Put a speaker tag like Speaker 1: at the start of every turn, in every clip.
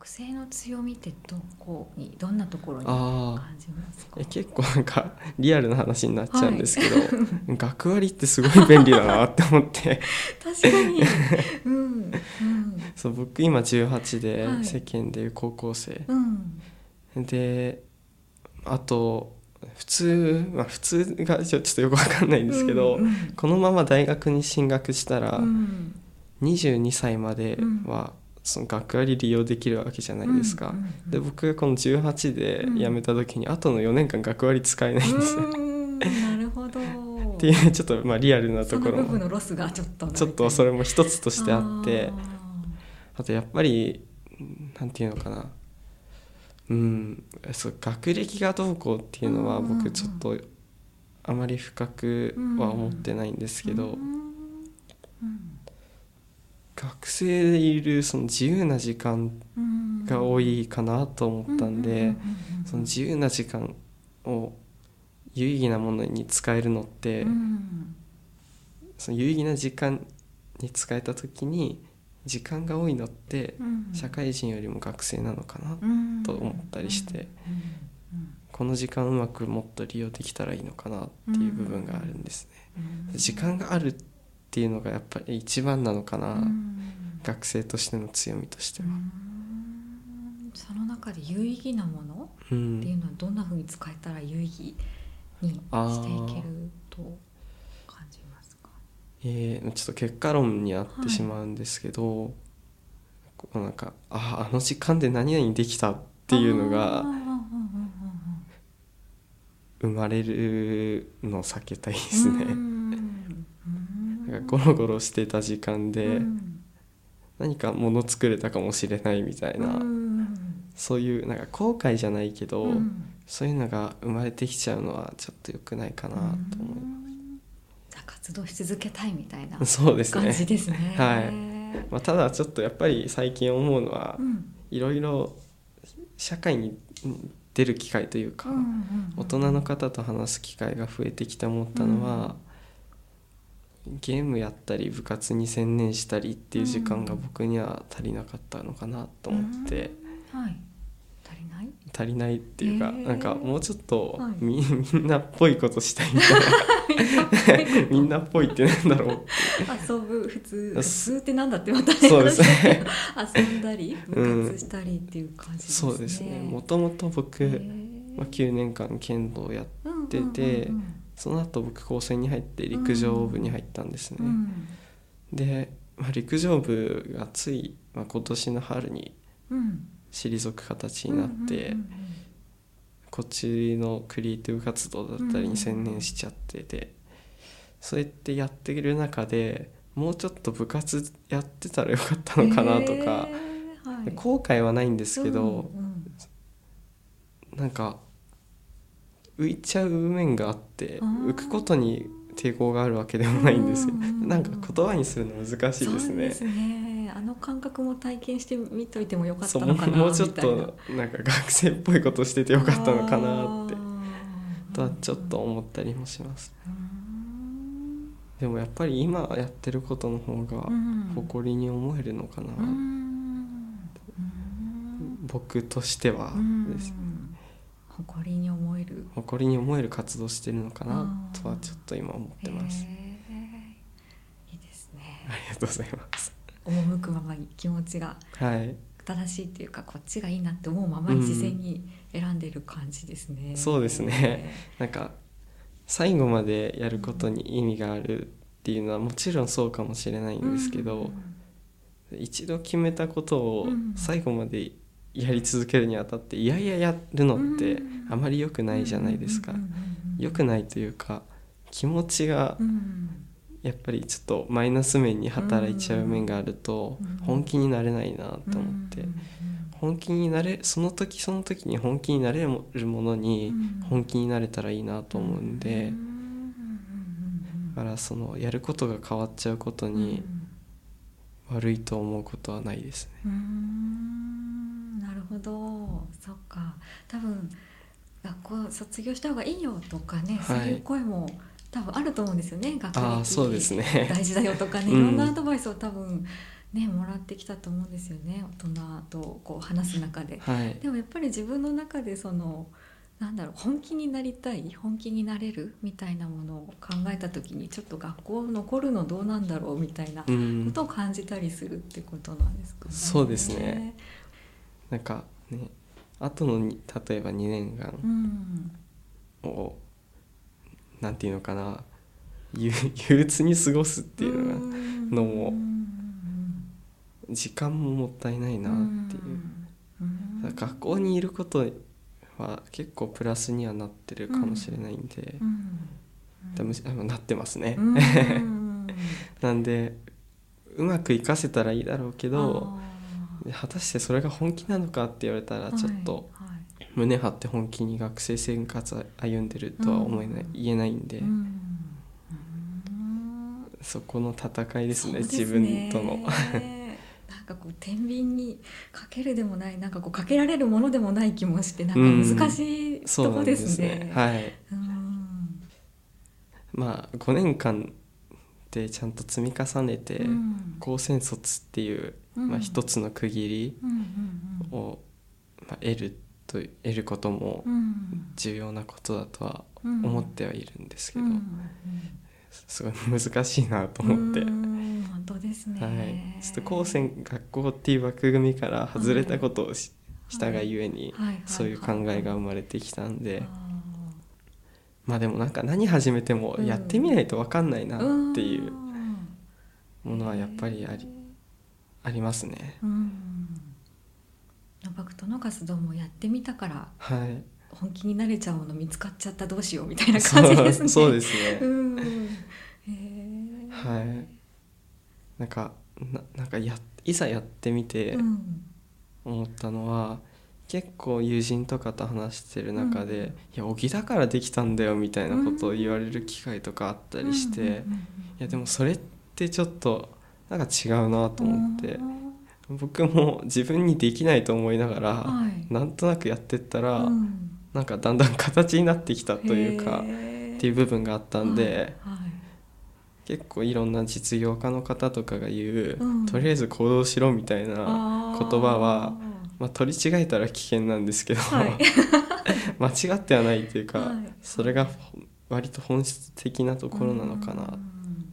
Speaker 1: 学生の強みってどこにどんなところに
Speaker 2: ああ
Speaker 1: 感じますか
Speaker 2: え結構なんか リアルな話になっちゃうんですけど、 学割ってすごい便利だなって思って
Speaker 1: 確かに、うんうん
Speaker 2: そう僕今18で、
Speaker 1: はい
Speaker 2: 世間でいう高校生
Speaker 1: うん、
Speaker 2: であと普通、まあ、普通がちょちょっとよくわかんないんですけど、
Speaker 1: うん
Speaker 2: このまま大学に進学したら、
Speaker 1: うん
Speaker 2: 22歳まではその学割利用できるわけじゃないですか、
Speaker 1: うんうんうん
Speaker 2: で僕がこの18で辞めた時に、後の4年間学割使えないんですよ、
Speaker 1: うんなるほど
Speaker 2: っていう ちょっとまあリアルなと
Speaker 1: そ
Speaker 2: こ
Speaker 1: の
Speaker 2: ろ
Speaker 1: 部分
Speaker 2: も
Speaker 1: のロスがちょっと
Speaker 2: ちょっとそ
Speaker 1: れ
Speaker 2: れも一つとしてあってあとやっぱりなんていうのかなうんそう学歴がどうこうっていうのは
Speaker 1: うんうんうん
Speaker 2: 僕ちょっとあまり深くは思ってないんですけど、
Speaker 1: うん
Speaker 2: 学生でいるその自由な時間
Speaker 1: うん
Speaker 2: が多いかなと思ったんで、
Speaker 1: うううんうん
Speaker 2: その自由な時間を有意義なものに使えるのって、
Speaker 1: うん
Speaker 2: その有意義な時間に使えた時に時間が多いのって
Speaker 1: うん
Speaker 2: 社会人よりも学生なのかな、と思ったりして、
Speaker 1: うん
Speaker 2: この時間うまくもっと利用できたらいいのかなっていう部分があるんですね、
Speaker 1: うんうん
Speaker 2: 時間があるっていうのがやっぱり一番なのかな、
Speaker 1: うん
Speaker 2: 学生としての強みとして
Speaker 1: う
Speaker 2: は、
Speaker 1: んその中で有意義なもの
Speaker 2: うん
Speaker 1: っていうのはどんなふうに使えたら有意義にしていけると感じますか
Speaker 2: えーちょっと結果論になってしまうんですけど、こうなんかああの時間で何々できたっていうの
Speaker 1: あーうん
Speaker 2: が
Speaker 1: うんうん
Speaker 2: 生まれるのを避けたいですね。
Speaker 1: うんうん
Speaker 2: なんかゴロゴロしてた時間で
Speaker 1: うん
Speaker 2: 何かもの作れたかもしれないみたいな、
Speaker 1: うん
Speaker 2: そういうなんか後悔じゃないけど、
Speaker 1: うん
Speaker 2: そういうのが生まれてきちゃうのはちょっと良くないかなと思いま
Speaker 1: うんじゃあ活動し続けたいみたいな
Speaker 2: す。そうです
Speaker 1: 感じ
Speaker 2: ね。
Speaker 1: ですね。
Speaker 2: はい
Speaker 1: うん
Speaker 2: まあ、ただちょっとやっぱり最近思うのは
Speaker 1: うん
Speaker 2: いろいろ社会にうん出る機会というか。
Speaker 1: うんうん
Speaker 2: 大人の方と話す機会が増えてきて思ったのは、ゲームやったり部活に専念したりっていう時間が僕には足りなかったのかなと思って、
Speaker 1: うんはい、足りない
Speaker 2: 足りないっていうか、
Speaker 1: へー
Speaker 2: なんかもうちょっと
Speaker 1: はい
Speaker 2: み,、んなっぽいことしたいみたいなみんなっぽいってなんだろう
Speaker 1: 遊ぶ普通
Speaker 2: あ
Speaker 1: 普通ってなんだってまた
Speaker 2: そうですね
Speaker 1: 遊んだり
Speaker 2: うん
Speaker 1: 部活したりっていう感じですね。
Speaker 2: そうですねもともと僕、
Speaker 1: へー
Speaker 2: まあ、9年間剣道やっ出て
Speaker 1: うん
Speaker 2: その後僕高専に入って陸上部に入ったんですね。
Speaker 1: うんうんうん
Speaker 2: で、まあ、陸上部がつい、まあ、今年の春に
Speaker 1: うん
Speaker 2: 退く形になって、
Speaker 1: うん
Speaker 2: こっちのクリエイティブ活動だったりに専念しちゃってて、そうやってやってる中でもうちょっと部活やってたらよかった
Speaker 1: うんうん
Speaker 2: のかなとか、
Speaker 1: へーはい
Speaker 2: 後悔はないんですけど、
Speaker 1: うんうん
Speaker 2: なんか浮いちゃう面があって
Speaker 1: あー
Speaker 2: 浮くことに抵抗があるわけでもないんですけど、
Speaker 1: うんうんうん
Speaker 2: なんか言葉にするの難しいです
Speaker 1: そう
Speaker 2: ね。
Speaker 1: ですね。あの感覚も体験してみといてもよかった
Speaker 2: そう
Speaker 1: のかなみたいな。
Speaker 2: もうちょっとなんか学生っぽいことしててよかったのかなって
Speaker 1: あー
Speaker 2: とはちょっと思ったりもします
Speaker 1: うん
Speaker 2: でもやっぱり今やってることの方が
Speaker 1: うん
Speaker 2: 誇りに思えるのかな、
Speaker 1: うんうん
Speaker 2: 僕としてはです、
Speaker 1: うん誇りに思える
Speaker 2: 誇りに思える活動してるのかな
Speaker 1: あー
Speaker 2: とはちょっと今思ってます、
Speaker 1: へーいいですね
Speaker 2: ありがとうございます
Speaker 1: 赴くままに気持ちが
Speaker 2: はい
Speaker 1: 正しいっていうかこっちがいいなって思うままに自然に選んでる感じですね、
Speaker 2: そうですねなんか最後までやることに意味があるっていうのはもちろんそうかもしれないんですけど、一度決めたことを
Speaker 1: うん
Speaker 2: 最後までやり続けるにあたっていやいややるのって
Speaker 1: うん
Speaker 2: あまり良くないじゃないですか良くないというか気持ちがやっぱりちょっとマイナス面に働いちゃう面があると
Speaker 1: うん
Speaker 2: 本気になれないなと思って本気になれその時その時に本気になれるものに本気になれたらいいなと思うんでだからそのやることが変わっちゃうことに悪いと思うことはないですね。
Speaker 1: うーんなるほどそっか多分学校卒業した方がいいよとかね、
Speaker 2: はい
Speaker 1: そういう声も多分あると思うんですよね学
Speaker 2: あーそうですね
Speaker 1: 大事だよとかねい
Speaker 2: うん
Speaker 1: ろんなアドバイスを多分、ねねもらってきたと思うんですよね大人とこう話す中で。
Speaker 2: はい
Speaker 1: でもやっぱり自分の中でそのなんだろう本気になりたい本気になれるみたいなものを考えた時にちょっと学校残るのどうなんだろうみたいなこ
Speaker 2: うん
Speaker 1: とを感じたりするってことなんですかね。
Speaker 2: そうですね。なんかねあとのに例えば2年間
Speaker 1: うん、
Speaker 2: をなんていうのかなゆ 憂鬱に過ごすっていうのがのも時間ももったいないなっていう
Speaker 1: うん
Speaker 2: だから学校にいることは結構プラスにはなってるかもしれないんで、
Speaker 1: うん
Speaker 2: 多分あのなってますね、
Speaker 1: うん
Speaker 2: なんでうまく活かせたらいいだろうけ ど
Speaker 1: あー
Speaker 2: 果たしてそれが本気なのかって言われたらちょっと
Speaker 1: はいはい
Speaker 2: 胸張って本気に学生生活歩んでるとは思えない、
Speaker 1: うん
Speaker 2: 言えないんで、
Speaker 1: うんうん
Speaker 2: そこの戦いですね
Speaker 1: そうで
Speaker 2: 自
Speaker 1: すね
Speaker 2: 分との
Speaker 1: なんかこう天秤にかけるでもないなんかこうかけられるものでもない気もしてなんか難しい
Speaker 2: そ
Speaker 1: と
Speaker 2: うな
Speaker 1: こ
Speaker 2: ん
Speaker 1: で
Speaker 2: です
Speaker 1: すね。
Speaker 2: ねはい
Speaker 1: うん
Speaker 2: まあ5年間でちゃんと積み重ねて、
Speaker 1: うん
Speaker 2: 高専卒っていう、ま
Speaker 1: う
Speaker 2: あ、
Speaker 1: ん
Speaker 2: 一つの区切り
Speaker 1: うんうんうん
Speaker 2: を、まあ、得ると得ることも
Speaker 1: うん
Speaker 2: 重要なことだとは
Speaker 1: うん
Speaker 2: 思ってはいるんですけ
Speaker 1: う
Speaker 2: ど、
Speaker 1: ん
Speaker 2: すごい難しいなと思って、
Speaker 1: うん本当ですね。
Speaker 2: はい、ちょっと高専学校っていう枠組みから外れたことをし,、
Speaker 1: い
Speaker 2: たがゆえに、
Speaker 1: はいはいはい
Speaker 2: そういう考えが生まれてきたんで、
Speaker 1: あ
Speaker 2: まあでもなんか何始めてもやってみないと分かんないな
Speaker 1: ー
Speaker 2: ってい
Speaker 1: う
Speaker 2: う
Speaker 1: ん
Speaker 2: ものはやっぱりあり,、ありますね。
Speaker 1: うんノバクトの活動もやってみたから
Speaker 2: はい、
Speaker 1: 本気になれちゃうもの見つかっちゃったどうしようみたいな感じですね。
Speaker 2: そうですね。
Speaker 1: うんへー
Speaker 2: はい。なんかななんかやいざやってみて
Speaker 1: うん
Speaker 2: 思ったのは、結構友人とかと話してる中で
Speaker 1: うん
Speaker 2: 「いや小木だからできたんだよ」みたいなことを言われる機会とかあったりして、
Speaker 1: うんうんうん
Speaker 2: い
Speaker 1: うん
Speaker 2: やでもそれってちょっとなんか違うなと思って
Speaker 1: う、ん
Speaker 2: 僕も自分にできないと思いながら、
Speaker 1: はい
Speaker 2: なんとなくやってったら、
Speaker 1: うん
Speaker 2: なんかだんだん形になってきたというか
Speaker 1: へー
Speaker 2: っていう部分があったんで。
Speaker 1: はいはい
Speaker 2: 結構いろんな実業家の方とかが言う、
Speaker 1: うん
Speaker 2: とりあえず行動しろみたいな
Speaker 1: あー
Speaker 2: 言葉はまあ、取り違えたら危険なんですけど、
Speaker 1: はい
Speaker 2: 間違ってはないというか、
Speaker 1: はい
Speaker 2: それがほん割と本質的なところなのかなっ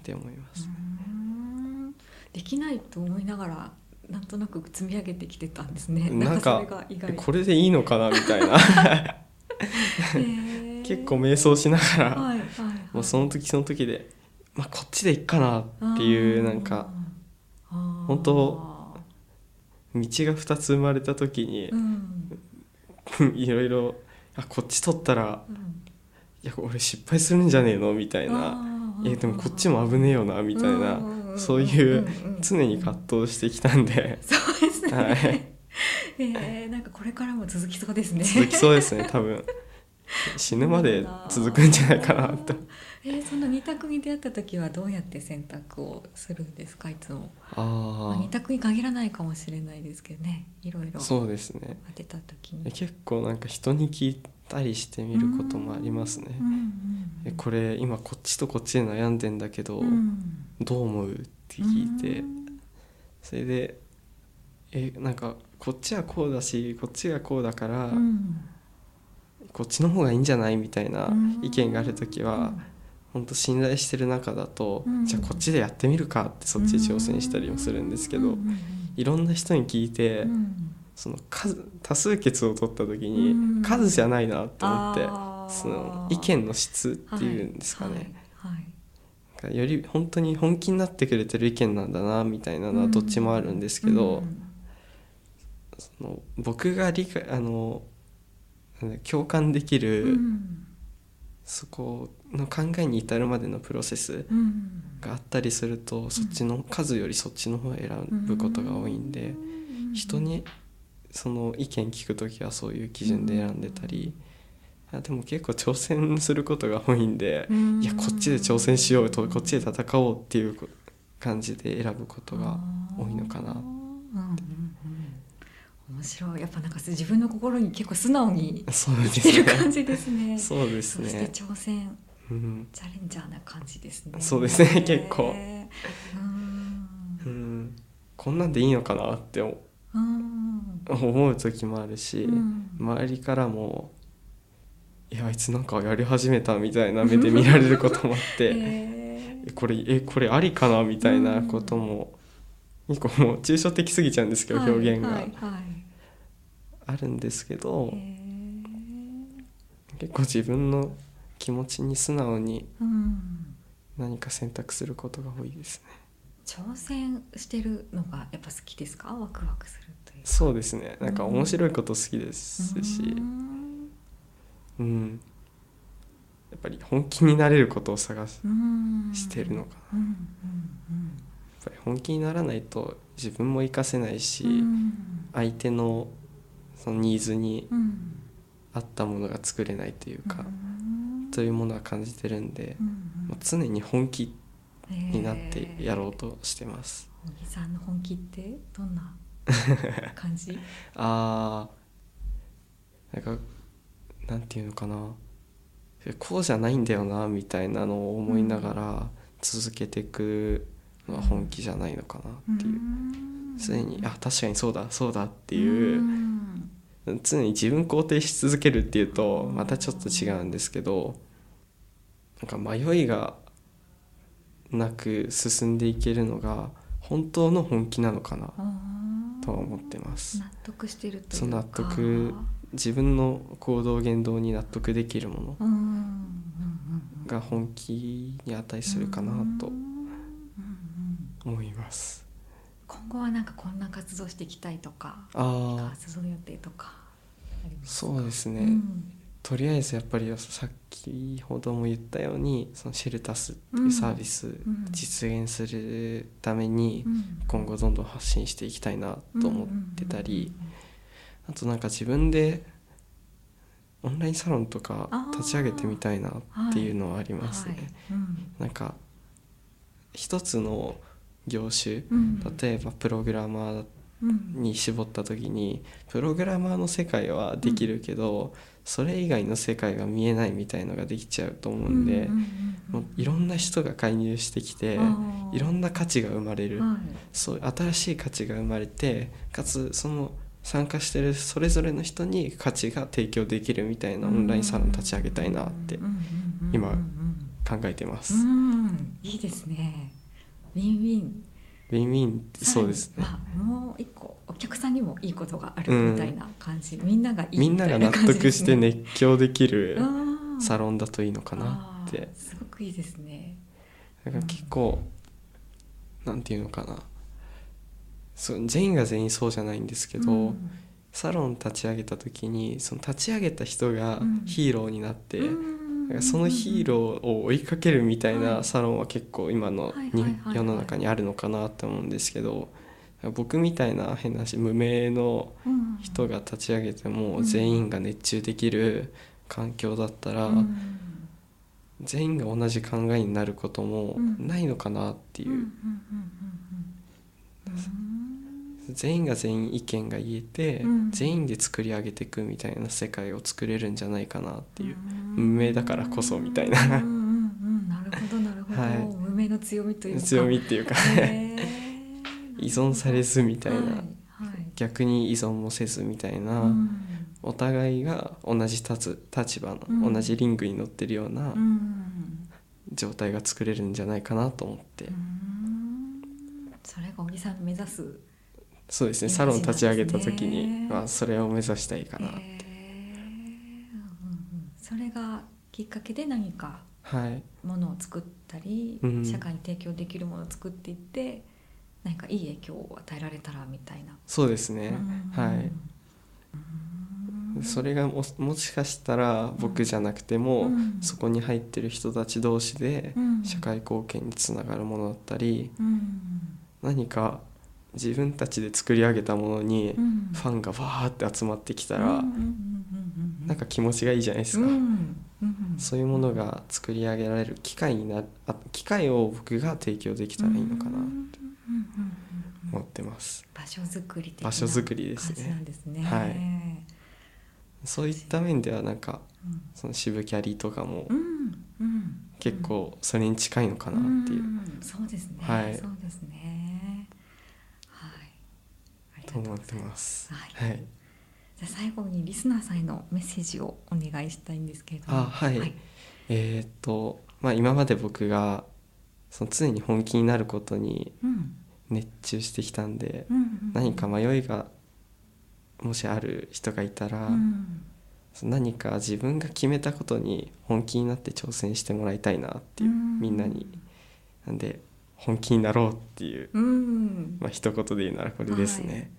Speaker 2: て思います。
Speaker 1: うんできないと思いながらなんとなく積み上げてきてたんですね。
Speaker 2: なん
Speaker 1: そ
Speaker 2: か
Speaker 1: れが意外
Speaker 2: これでいいのかなみたいな
Speaker 1: へー
Speaker 2: 結構迷走しながら、
Speaker 1: はいはいはい
Speaker 2: もうその時その時で、まあ、こっちでいっかなっていうなんか
Speaker 1: 本
Speaker 2: 本当道が2つ生まれた時に
Speaker 1: う、ん
Speaker 2: いろいろあこっち取ったら
Speaker 1: うん
Speaker 2: いや俺失敗するんじゃねえのみたいな
Speaker 1: あー
Speaker 2: えでもこっちも危ねえよなみたいな
Speaker 1: うんうんうん
Speaker 2: そうい
Speaker 1: ん
Speaker 2: うん
Speaker 1: ん
Speaker 2: 常に葛藤してきたん で
Speaker 1: そうですね、
Speaker 2: はい
Speaker 1: えーなんかこれからも続きそうですね
Speaker 2: 続きそうですね多分死ぬまで続くんじゃないかなと
Speaker 1: えーその二択に出会った時はどうやって選択をするんですかいつも まあ
Speaker 2: あ
Speaker 1: 二択に限らないかもしれないですけどねいろいろ
Speaker 2: あ
Speaker 1: 当
Speaker 2: そうですね
Speaker 1: てた時に
Speaker 2: 結構なんか人に聞いたりしてみることもありますね
Speaker 1: うんうんうん
Speaker 2: えこれ今こっちとこっちで悩んでんだけど
Speaker 1: うん
Speaker 2: どう思うって聞いて
Speaker 1: うん
Speaker 2: それでえなんかこっちはこうだしこっちがこうだから
Speaker 1: うん
Speaker 2: こっちの方がいいんじゃないみたいな意見がある時
Speaker 1: う
Speaker 2: は
Speaker 1: ん
Speaker 2: 本当信頼してる中だと、
Speaker 1: うん
Speaker 2: じゃあこっちでやってみるかってそっちで挑戦したりもするんですけど、
Speaker 1: うん
Speaker 2: いろんな人に聞いて、
Speaker 1: うんうん
Speaker 2: その数多数決を取った時に、
Speaker 1: うん
Speaker 2: 数じゃないなと思って
Speaker 1: あー
Speaker 2: その意見の質っていうんですかね、
Speaker 1: はいはい
Speaker 2: なんかより本当に本気になってくれてる意見なんだなみたいなの
Speaker 1: う
Speaker 2: は
Speaker 1: ん
Speaker 2: どっちもあるんですけど、
Speaker 1: うん
Speaker 2: その僕が理解あのなんだ共感できる、
Speaker 1: うん
Speaker 2: そこの考えに至るまでのプロセス、
Speaker 1: うん
Speaker 2: があったりするとそっちの数よりそっちの方を選ぶことが多いんで人にその意見聞く時はそういう基準で選んでたりあでも結構挑戦することが多いんでいやこっちで挑戦しようとこっちで戦おうっていうこ感じで選ぶことが多いのか
Speaker 1: あー
Speaker 2: な
Speaker 1: うんうんうん面白いやっぱなんか自分の心に結構素直に
Speaker 2: そう
Speaker 1: 生
Speaker 2: で
Speaker 1: きて
Speaker 2: す
Speaker 1: る 感
Speaker 2: ね
Speaker 1: じですね
Speaker 2: そうです
Speaker 1: そして
Speaker 2: ね、
Speaker 1: 挑戦
Speaker 2: うん
Speaker 1: チャレンジャーな感じですね
Speaker 2: そうですね結構
Speaker 1: うん
Speaker 2: うん、こんなんでいいのかなって思
Speaker 1: うん
Speaker 2: 思う時もあるし、
Speaker 1: うん
Speaker 2: 周りからも「いやあいつなんかやり始めた」みたいな目で見られることも あって、
Speaker 1: へー
Speaker 2: えこれえこれありかなみたいなことも、結構もう抽象的すぎちゃうんですけど、
Speaker 1: はい
Speaker 2: 表現が、
Speaker 1: はいはい
Speaker 2: あるんですけど、
Speaker 1: へー
Speaker 2: 結構自分の気持ちに素直に
Speaker 1: うん
Speaker 2: 何か選択することが多いですね。
Speaker 1: 挑戦してるのがやっぱ好きですかワクワクするという
Speaker 2: そうですねなんか面白いこと好きですし、
Speaker 1: うん
Speaker 2: うんやっぱり本気になれることを探す
Speaker 1: うん
Speaker 2: してるのかな。
Speaker 1: うんうんうん
Speaker 2: やっぱり本気にならないと自分も活かせないし、
Speaker 1: うん
Speaker 2: 相手のそのニーズに
Speaker 1: うん
Speaker 2: 合ったものが作れないというか、
Speaker 1: うん
Speaker 2: というものは感じてるんで、
Speaker 1: うん
Speaker 2: もう常に本気
Speaker 1: うん
Speaker 2: になってやろう
Speaker 1: へー
Speaker 2: としてます。
Speaker 1: 小木さんの本気ってどんな感じ
Speaker 2: あーなんかなんていうのかなこうじゃないんだよなみたいなのを思いながら続けていくのは本気じゃないのかなっていう、
Speaker 1: ん
Speaker 2: 常にあ確かにそうだそうだって
Speaker 1: て
Speaker 2: いう、
Speaker 1: ん
Speaker 2: 常に自分肯定し続けるっていうとまたちょっと違うんですけどなんか迷いがなく進んでいけるのが本当の本気なのかな
Speaker 1: あー
Speaker 2: とは思ってます
Speaker 1: 納得してるというか
Speaker 2: そう納得自分の行動言動に納得できるもの
Speaker 1: うんうんうん
Speaker 2: が本気に値するかなと
Speaker 1: うんうん
Speaker 2: 思います
Speaker 1: 今後はなんかこんな活動していきたいとか
Speaker 2: ああ
Speaker 1: 活動予定とかあります
Speaker 2: そうですね、
Speaker 1: うん
Speaker 2: とりあえずやっぱりさっきほども言ったようにそのシェルタスっていうサービス
Speaker 1: ん
Speaker 2: 実現するために
Speaker 1: うん
Speaker 2: 今後どんどん発信していきたいなと思ってたりあとなんか自分でオンラインサロンとか立ち上げてみたいなっていうのはあり
Speaker 1: うんうんうん
Speaker 2: ますね。
Speaker 1: はいうん
Speaker 2: なんか一つの業種
Speaker 1: うん
Speaker 2: 例えばプログラマー
Speaker 1: うん
Speaker 2: に絞った時にプログラマーの世界はできるけどそれ以外の世界が見えないみたいのができちゃうと思うんで
Speaker 1: うん
Speaker 2: もういろんな人が介入してきて
Speaker 1: あー
Speaker 2: いろんな価値が生まれる
Speaker 1: はい
Speaker 2: そう新しい価値が生まれてかつその参加してるそれぞれの人に価値が提供できるみたいなオンラインサロン立ち上げたいなって
Speaker 1: うんうんうんうん
Speaker 2: 今
Speaker 1: うん
Speaker 2: 考えてます。
Speaker 1: うんいいですねウィンウィン
Speaker 2: ウィンウィンってそうですね
Speaker 1: さらにはもう一個お客さんにもいいことがあるみたいな感じ、みんながいい
Speaker 2: みんなが納得して熱狂できるサ
Speaker 1: ロ
Speaker 2: ロンだといいのかなって
Speaker 1: すごくいいですね
Speaker 2: だから結構なんていうのかなそう全員が全員そうじゃないんですけど、
Speaker 1: うん
Speaker 2: サロン立ち上げた時にその立ち上げた人が
Speaker 1: うん
Speaker 2: ヒーローになって、
Speaker 1: うん
Speaker 2: だからそのヒーローを追いかけるみたい
Speaker 1: は
Speaker 2: ないサロンは結構今
Speaker 1: は
Speaker 2: の
Speaker 1: いはい
Speaker 2: に
Speaker 1: はいはい
Speaker 2: 世の中にあるのかなと思うんですけど僕みたいな変な話無名の
Speaker 1: うん
Speaker 2: 人が立ち上げて
Speaker 1: う
Speaker 2: も
Speaker 1: ん
Speaker 2: 全員が熱中できる環境だったら
Speaker 1: うん
Speaker 2: 全員が同じ考えになることも
Speaker 1: うん
Speaker 2: ないのかなっていううん
Speaker 1: うんうんうん
Speaker 2: 全員が全員意見が言えて、
Speaker 1: うん
Speaker 2: 全員で作り上げていくみたいな世界を作れるんじゃないかなっていう、
Speaker 1: ん
Speaker 2: 無名だからこそみたいな
Speaker 1: うんうんうんなるほどなるほど、
Speaker 2: はい
Speaker 1: 無名の強みというか
Speaker 2: 強みっていうか
Speaker 1: へー
Speaker 2: 依存されずみたいな、
Speaker 1: はいはい
Speaker 2: 逆に依存もせずみたいな、
Speaker 1: うん
Speaker 2: お互いが同じ立つ立場の、
Speaker 1: うん
Speaker 2: 同じリングに乗ってるような
Speaker 1: うん
Speaker 2: 状態が作れるんじゃないかなと思って、
Speaker 1: うんそれが小木さんの目指す
Speaker 2: そうですね
Speaker 1: いい
Speaker 2: サロン立ち上げた
Speaker 1: です
Speaker 2: 時に、
Speaker 1: ね
Speaker 2: まあ、それを目指したいかな、
Speaker 1: へーうんうんそれがきっかけで何か
Speaker 2: はい
Speaker 1: ものを作ったり、
Speaker 2: うん
Speaker 1: 社会に提供できるものを作っていって何かいい影響を与えられたらみたいな、
Speaker 2: そうですね、
Speaker 1: うん
Speaker 2: はい。それがももしかしたら僕じゃなくても、
Speaker 1: うん
Speaker 2: そこに入ってる人たち同士で
Speaker 1: うん
Speaker 2: 社会貢献につながるものだったり
Speaker 1: うん
Speaker 2: 何か自分たちで作り上げたものに
Speaker 1: うん
Speaker 2: ファンがわーって集まってきた
Speaker 1: う
Speaker 2: ら
Speaker 1: んうんうんうん
Speaker 2: なんか気持ちがいいじゃないです
Speaker 1: う
Speaker 2: か。
Speaker 1: んうん
Speaker 2: そういうものが作り上げられる機会になあ機会を僕が提供できたらいいのか
Speaker 1: う
Speaker 2: な
Speaker 1: んうんうんうん
Speaker 2: 思ってます。
Speaker 1: 場所づくり的な
Speaker 2: 場所づくりですね
Speaker 1: 感じなんですね。
Speaker 2: はいそういった面ではなんかその渋キャリとかも
Speaker 1: うんうんうん
Speaker 2: 結構それに近いのかなっていう
Speaker 1: う。んそうですね。
Speaker 2: はい
Speaker 1: そうですね。はり
Speaker 2: と
Speaker 1: がとう
Speaker 2: 思
Speaker 1: ご
Speaker 2: っ
Speaker 1: ざ
Speaker 2: て
Speaker 1: います。
Speaker 2: ます。
Speaker 1: はい
Speaker 2: はい、
Speaker 1: じゃあ最後にリスナーさんへのメッセージをお願いしたいんですけれども。
Speaker 2: あはい、えーっとまあ今まで僕がその常に本気になることに
Speaker 1: うん
Speaker 2: 熱中してきたんで、
Speaker 1: うんうん
Speaker 2: 何か迷いがもしある人がいたら、
Speaker 1: うん
Speaker 2: その何か自分が決めたことに本気になって挑戦してもらいたいなっていう、
Speaker 1: うん
Speaker 2: みんなになんで本気になろうっていう、
Speaker 1: うん
Speaker 2: まあ一言で言うならこれですね。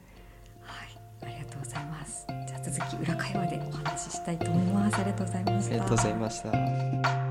Speaker 1: はいはい、ありがとうございます。じゃあ続き裏会話でお話ししたいと思います。ありがとうございま
Speaker 2: あ
Speaker 1: し
Speaker 2: りが
Speaker 1: た
Speaker 2: とうご。ざいました。